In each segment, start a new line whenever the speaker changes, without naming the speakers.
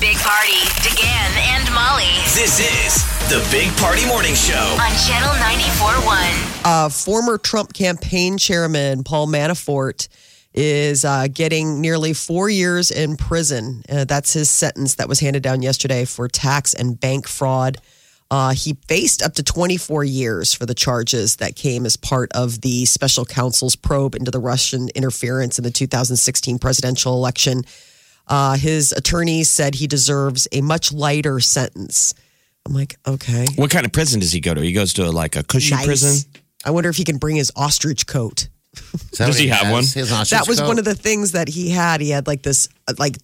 Big Party, DeGan and Molly
This is the Big Party Morning Show.
on Channel 94.1.
uh, former Trump campaign chairman Paul Manafort is uh, getting nearly four years in prison. Uh, that's his sentence that was handed down yesterday for tax and bank fraud. Uh, he faced up to 24 years for the charges that came as part of the special counsel's probe into the Russian interference in the 2016 presidential election. Uh, his attorney said he deserves a much lighter sentence. I'm like, okay.
What kind of prison does he go to? He goes to like a cushy prison.
I wonder if he can bring his ostrich coat.
Does he have one?
that was one of the things that he had. He had like this, uh, like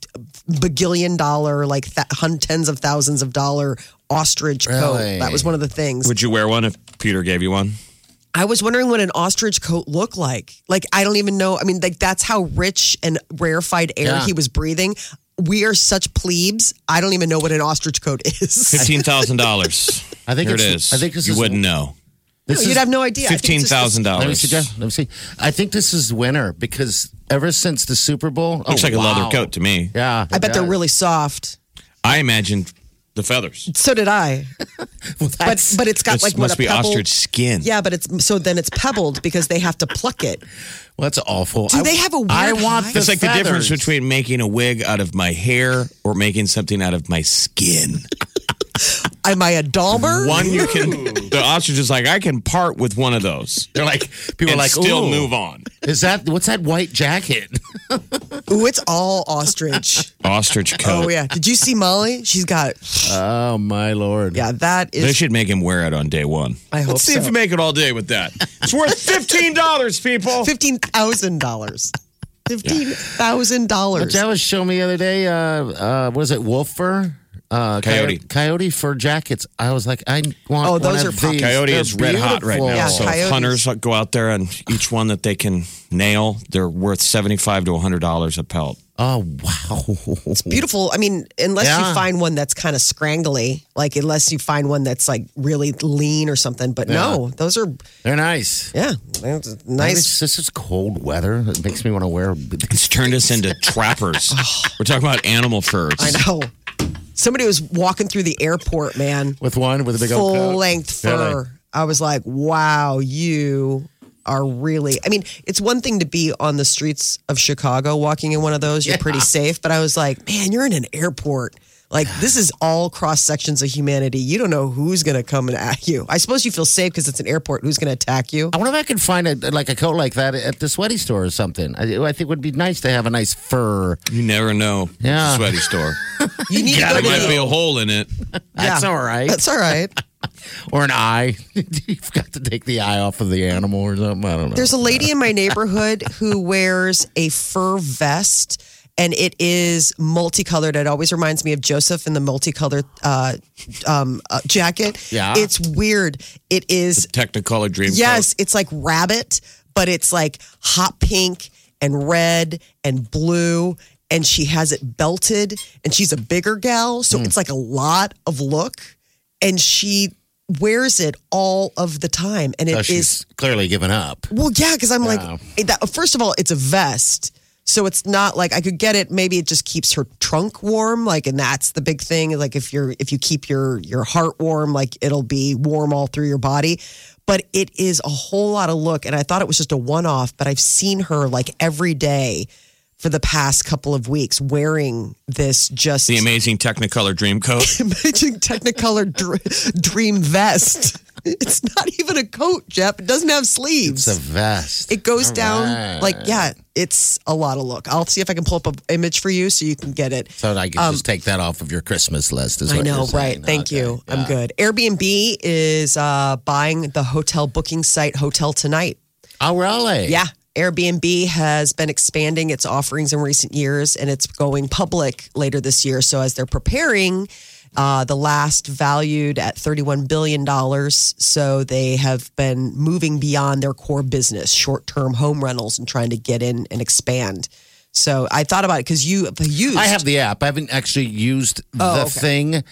bagillion dollar, like th- hun- tens of thousands of dollar ostrich coat.
Really?
That was one of the things.
Would you wear one if Peter gave you one?
I was wondering what an ostrich coat looked like. Like I don't even know. I mean, like that's how rich and rarefied air
Yeah.
he was breathing. We are such plebes. I don't even know what an ostrich coat is.
Fifteen thousand dollars.
I think
Here it is.
it's- I think this
you
is-
wouldn't know.
This
You'd
is-
have no idea. I think
Fifteen
it's just-
thousand
Let me
dollars.
suggest.
Looks
Let me see. I think this is winter because ever since the Super Bowl, looks
like a leather coat to me.
Yeah,
I
it
bet they're
does.
really soft.
I imagined the feathers.
So did I. but but it's got
This
like what
must
a
be
pebble-
ostrich skin.
Yeah, but it's so then it's pebbled because they have to pluck it.
Well, that's awful.
Do they have a weird
I want
hide?
the
It's like the difference
feathers.
between making a wig out of my hair or making something out of my skin.
Am I a Dahmer?
One you can the ostrich is like, I can part with one of those.
They're like people are
and
like
still
"Ooh,
move on.
Is that what's that white jacket?
Ooh, it's all ostrich.
Ostrich coat.
oh yeah. Did you see Molly? She's got
oh my lord!
yeah. That
They
is.
should make him wear it on day one.
I hope
Let's see if
so.
we make it all day with that. It's worth fifteen dollars, people.
Fifteen thousand dollars. Fifteen thousand dollars.
That was showing me the other day. Uh, uh, what is it? Wolf fur. Uh,
Coyote.
coyote fur jackets. I was like, I want.
Oh,
one
those are
of
pop-
these.
Coyote
They're
is red hot right now.
beautiful.
Yeah,
so if
coyotes.
hunters go out there and each one that they can nail, they're worth seventy-five to hundred dollars a pelt.
Oh wow!
It's beautiful. I mean, unless you
Yeah.
find one that's kind of scrangly, like unless you find one that's like really lean or something. But no, those are
They're nice.
yeah, that's a
Nice.
nice.
This is cold weather. It makes me want to wear.
It's turned us into trappers. We're talking about animal furs.
Oh. I know. Somebody was walking through the airport, man.
With one, with a big old
full
coat.
length fur. I was like, wow, you are really. I mean, it's one thing to be on the streets of Chicago walking in one of those, you're pretty safe. But I was like, man, you're in an airport. Like, this is all cross sections of humanity. You don't know who's going to come and at you. I suppose you feel safe because it's an airport. Who's going to attack you?
I wonder if I could find a like a coat like that at the sweaty store or something. I, I think it would be nice to have a nice fur.
You never know.
Yeah.
It's a sweaty store.
You need
there
to go to
might
the-
be a hole in it.
That's all right.
That's all right.
or an eye. You've got to take the eye off of the animal or something. I don't know.
There's a lady in my neighborhood who wears a fur vest and it is multicolored. It always reminds me of Joseph in the multicolored uh, um, uh, jacket.
Yeah.
It's weird. It is,
Technicolor dream.
yes, it's like rabbit, but it's like hot pink and red and blue. And she has it belted and she's a bigger gal. So it's like a lot of look. And she wears it all of the time. And it is.
So Oh, she's clearly given up.
Well, yeah, because I'm
Yeah.
like, it- that, first of all, it's a vest. So it's not like I could get it. Maybe it just keeps her trunk warm, like, and that's the big thing. Like if you're if you keep your your heart warm, like it'll be warm all through your body. But it is a whole lot of look, and I thought it was just a one off. But I've seen her like every day for the past couple of weeks wearing this just
The amazing Technicolor dream coat.
amazing Technicolor dr- dream vest. It's not even a coat, Jeff. It doesn't have sleeves.
It's a vest.
It goes
All
down
right.
like yeah, it's a lot of look. I'll see if I can pull up an image for you so you can get it.
So I can just take that off of your Christmas list. Is
Um, I
what
know,
you're
right?
saying.
Thank
Okay.
you. I'm good. Airbnb is uh, buying the hotel booking site Hotel Tonight.
Oh, really?
Yeah, Airbnb has been expanding its offerings in recent years and it's going public later this year. So, as they're preparing, uh, the last valued at $31 billion. So, they have been moving beyond their core business, short term home rentals, and trying to get in and expand. So, I thought about it because you have used.
I have the app. I haven't actually used
Oh,
the thing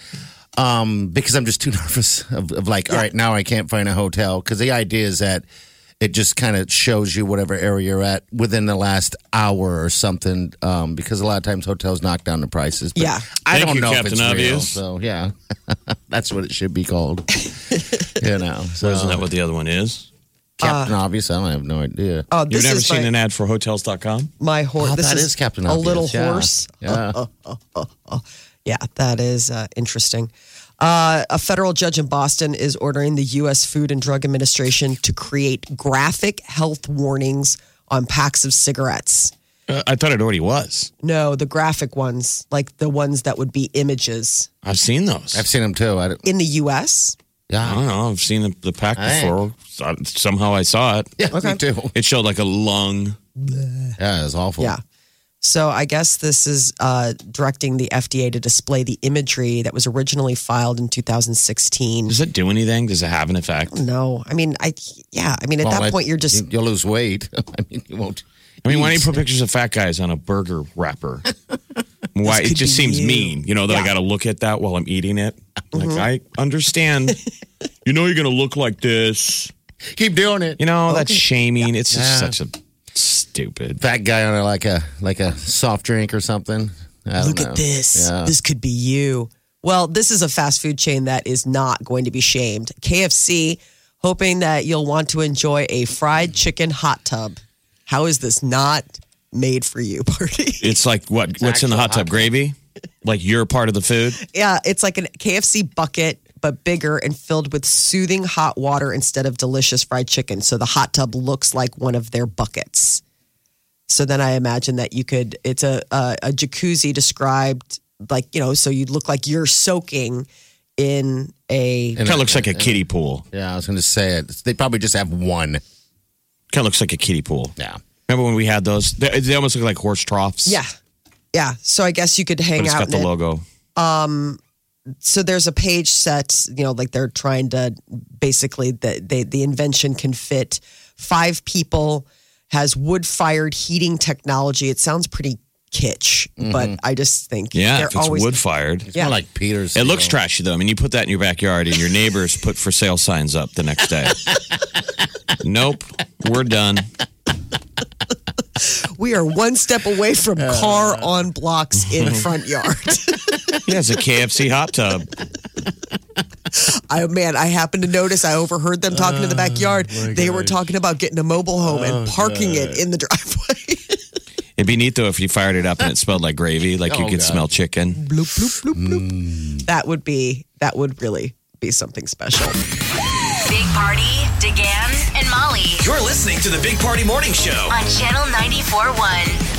um, because I'm just too nervous of, of like, all right, now I can't find a hotel. Because the idea is that it just kind of shows you whatever area you're at within the last hour or something. Um, because a lot of times hotels knock down the prices. But
Yeah.
I
Thank
don't
you,
know
Captain
if it's real.
Obvious.
So yeah, that's what it should be called. you know, so
Isn't that what the other one is?
Captain
Uh,
Obvious. I don't I have no idea.
Oh,
You've
this
never
is
seen
my,
an ad for hotels.com?
my horse.
Oh,
this
that is Captain
A
Obvious,
little
yeah.
horse.
Yeah.
Yeah, that is uh, interesting. Uh, a federal judge in Boston is ordering the U.S. Food and Drug Administration to create graphic health warnings on packs of cigarettes.
Uh, I thought it already was.
No, the graphic ones, like the ones that would be images
I've seen those.
I've seen them too. I don't,
in the U.S.
I
uh-huh.
don't
yeah,
know. I've seen the, the pack
right.
before. So- Somehow I saw it.
yeah, me too.
It showed like a lung.
Yeah, it's awful.
Yeah. So I guess this is uh, directing the FDA to display the imagery that was originally filed in 2016.
Does it do anything? Does it have an effect?
No, I mean, I yeah, I mean, at
Well,
that
I-
point, you're just
you- you'll lose weight. I mean, you won't.
I mean, why don't
eat.
you put pictures of fat guys on a burger wrapper? why it just seems mean, you Mm-hmm. know, that I got to look at that while I'm eating it. Like I understand. you know, you're gonna look like this.
keep doing it?
You know, that's shaming. It's just such a stupid.
fat guy on a, like a like a soft drink or something. I don't
Look
know.
at this.
Yeah.
This could be you. Well, this is a fast food chain that is not going to be shamed. KFC, hoping that you'll want to enjoy a fried chicken hot tub. How is this not made for you, party?
It's like what? what's in the
actual
hot tub? Gravy? Like you're part of the food?
yeah, it's like an KFC bucket, but bigger and filled with soothing hot water instead of delicious fried chicken. So the hot tub looks like one of their buckets. So then I imagine that you could, it's a, a, a jacuzzi described like, you know, so you look like you're soaking in a,
Kind of looks like a kiddie pool.
Yeah, I was going to say it. They probably just have one.
Kind of looks like a kiddie pool.
Yeah.
Remember when we had those? They, they almost look like horse troughs.
yeah. Yeah. So I guess you could
But
hang
it's
out.
got the
in it.
logo.
So there's a page set, you know, like they're trying to basically the, they, the invention can fit five people, has wood fired heating technology. It sounds pretty kitsch, but I just think
Mm-hmm. Yeah,
they're
if it's
always
wood fired.
It's more like Peter's.
It looks trashy though. I mean, you put that in your backyard, and your neighbors put for sale signs up the next day. nope, we're done.
we are one step away from car on blocks in front yard.
Yeah, it's a KFC hot tub.
I man, I happened to notice I overheard them talking in the backyard. They were talking about getting a mobile home and parking it in the driveway.
It'd be neat though if you fired it up and it smelled like gravy, like you
Oh,
could
God.
smell chicken.
bloop bloop bloop bloop. That would be that would really be something special.
Big Party, DeGan, and Molly
You're listening to the Big Party Morning Show.
on Channel 94.1.